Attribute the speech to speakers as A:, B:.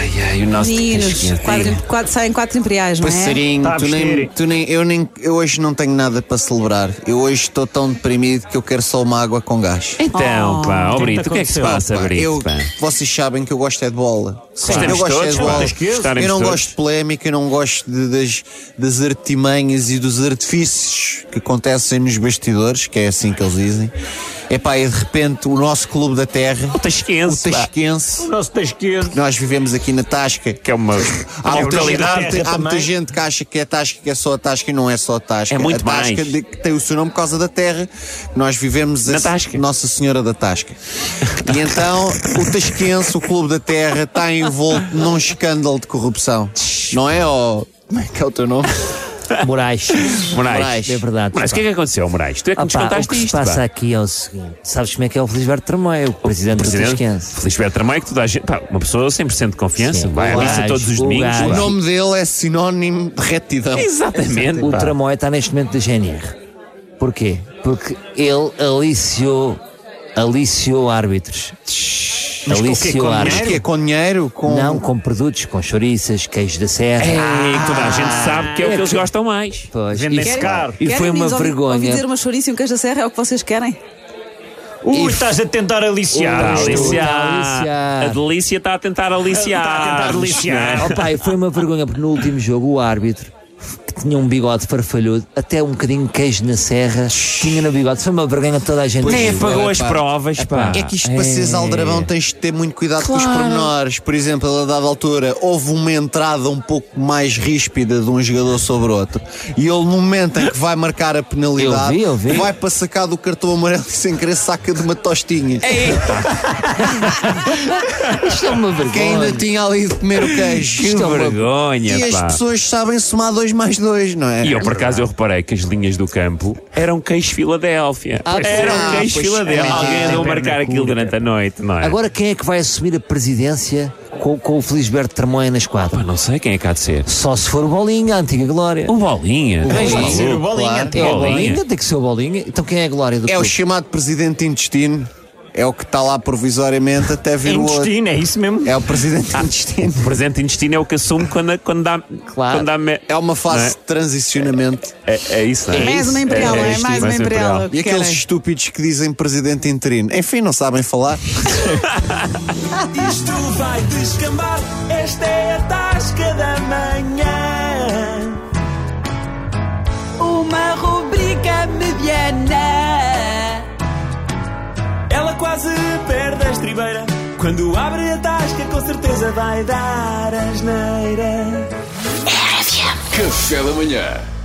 A: Ai, ai, o nosso
B: Meninos,
A: Casquinha tem-
B: quatro, quatro, saem quatro imperiais, não é?
A: Passarinho,
C: Tá a
A: tu nem,
C: vestir.
A: tu nem, eu nem, eu hoje não tenho nada para celebrar. Eu hoje estou tão deprimido que eu quero só uma água com gás.
B: Oh.
D: Então, pá, ó Brito, o que é que se
C: aconteceu?
D: passa,
A: Pá,
D: Brito?
A: eu,
D: pá?
A: vocês sabem que eu gosto é de bola.
D: Gostamos
A: eu gosto é
D: todos,
A: de bola.
D: pá, gostaremos
A: eu não
D: todos.
A: gosto de polémica, eu não gosto de- das, das artimanhas e dos artifícios que acontecem nos bastidores, que é assim que eles dizem. Epá, e de repente o nosso clube da terra,
D: O Tasquense,
A: o
D: pá,
A: Tasquense,
C: Nosso tasqueiro.
A: nós vivemos aqui na Tasca.
D: que é uma
A: Há
D: uma
A: muita, gente,
D: brutalidade.
C: terra
A: há muita
C: também.
A: gente que acha que é Tasca, que é só a Tasca e não é só a Tasca.
D: É muito
A: a tasca
D: mais.
A: de- que tem o seu nome por causa da terra. Nós vivemos
D: Na
A: a
D: Tasca.
A: Nossa Senhora da Tasca. E então o Tasquense, o Clube da Terra, está envolto num escândalo de corrupção. Não é? ó Como é que é o teu nome?
E: Moraes.
D: Moraes.
E: É verdade.
D: Moraes, o que é que aconteceu, Moraes? Tu é que
E: Opa,
D: nos contaste
E: o que se
D: isto,
E: passa
D: pá.
E: aqui é o seguinte: sabes como é que é o Felisberto Tramoio, o presidente, do Tasquense?
D: Felisberto Trameio, que toda a gente. Pá, uma pessoa 100% de confiança,
E: Sim,
D: vai à
E: o
D: missa
E: gajo,
D: todos os
E: o
D: domingos.
E: gajo.
A: O
D: pá.
A: nome dele é sinónimo de retidão.
D: Exatamente.
E: O
D: pá.
E: Tramoio está neste momento da GNR. Porquê? Porque ele aliciou, aliciou árbitros.
C: Mas com o quê? Com
A: Mas que é com dinheiro? Com...
E: Não, com produtos, com chouriças, queijo da serra.
D: É, que toda a gente sabe que é o que eles gostam mais.
E: Pois,
C: Vendem-se
E: e-
C: caro.
E: E foi uma
B: meninos, ouvi- Ouvi dizer
E: vergonha.
B: uma chouriça e um queijo da serra, é o que vocês querem?
C: Ui, estás a tentar
D: Está
C: aliciar.
D: a
E: Ui,
C: isto.
E: está
D: aliciar.
E: a aliciar.
D: A delícia está a tentar é? aliciar.
C: Está a tentar aliciar.
E: Oh, pá, e foi uma vergonha porque no último jogo o árbitro que tinha um bigode farfalhudo, até um bocadinho de queijo na serra, tinha no bigode. Foi uma vergonha que toda a gente.
D: Nem
E: viu.
D: apagou as
A: Epá.
D: provas, pá.
A: É que isto para seres aldrabão tens de ter muito cuidado com os pormenores. Por exemplo, a dada altura houve uma entrada um pouco mais ríspida de um jogador sobre outro. E ele, no momento em que vai marcar a penalidade,
E: Eu vi, eu vi.
A: vai para sacar do cartão amarelo e sem querer saca de uma tostinha.
E: Isto é uma vergonha.
A: Que ainda tinha ali de comer o queijo.
D: Que
A: Isto é uma-
D: vergonha,
A: E as
D: pá.
A: pessoas sabem somar dois mais dois, não é?
D: E eu, por acaso, eu reparei que as linhas do campo eram queijo Filadélfia.
E: Ah,
D: eram
E: pois é.
D: queijo
E: Ah, pois
D: Filadélfia.
E: é.
D: Alguém
C: Tem
D: andou a marcar
C: perna
D: aquilo
C: curta.
D: durante a noite, não é?
E: Agora quem é que vai assumir a presidência com, com o Felisberto Tramoia na
D: Pá,
E: esquadra?
D: não sei quem é que há de ser.
E: Só se for o Bolinha, a antiga Glória.
D: O Bolinha.
C: Tens
D: Tens
C: de dizer o
D: maluco?
C: bolinha.
A: claro.
E: Um É
D: Bolinha.
E: o Bolinha, tem que ser o Bolinha. Então quem é a Glória do
A: É o
E: clube?
A: chamado presidente intestino. É o que está lá provisoriamente até vir o outro.
C: Intestino, é isso mesmo?
A: É o presidente intestino.
D: O presente intestino é o que assume quando, quando dá.
E: Claro.
D: Quando dá me...
A: É uma fase
D: Não é?
A: de transicionamento.
D: é, é isso, não é?
B: mais uma imperial, é,
D: isto,
B: mais uma imperial.
A: E aqueles estúpidos que dizem presidente interino. Enfim, não sabem falar.
F: Isto vai descambar, esta é a tasca da manhã.
B: Uma rubrica mediana.
F: Ela quase perde a estribeira. Quando abre a tasca, com certeza vai dar asneira.
G: Café da manhã.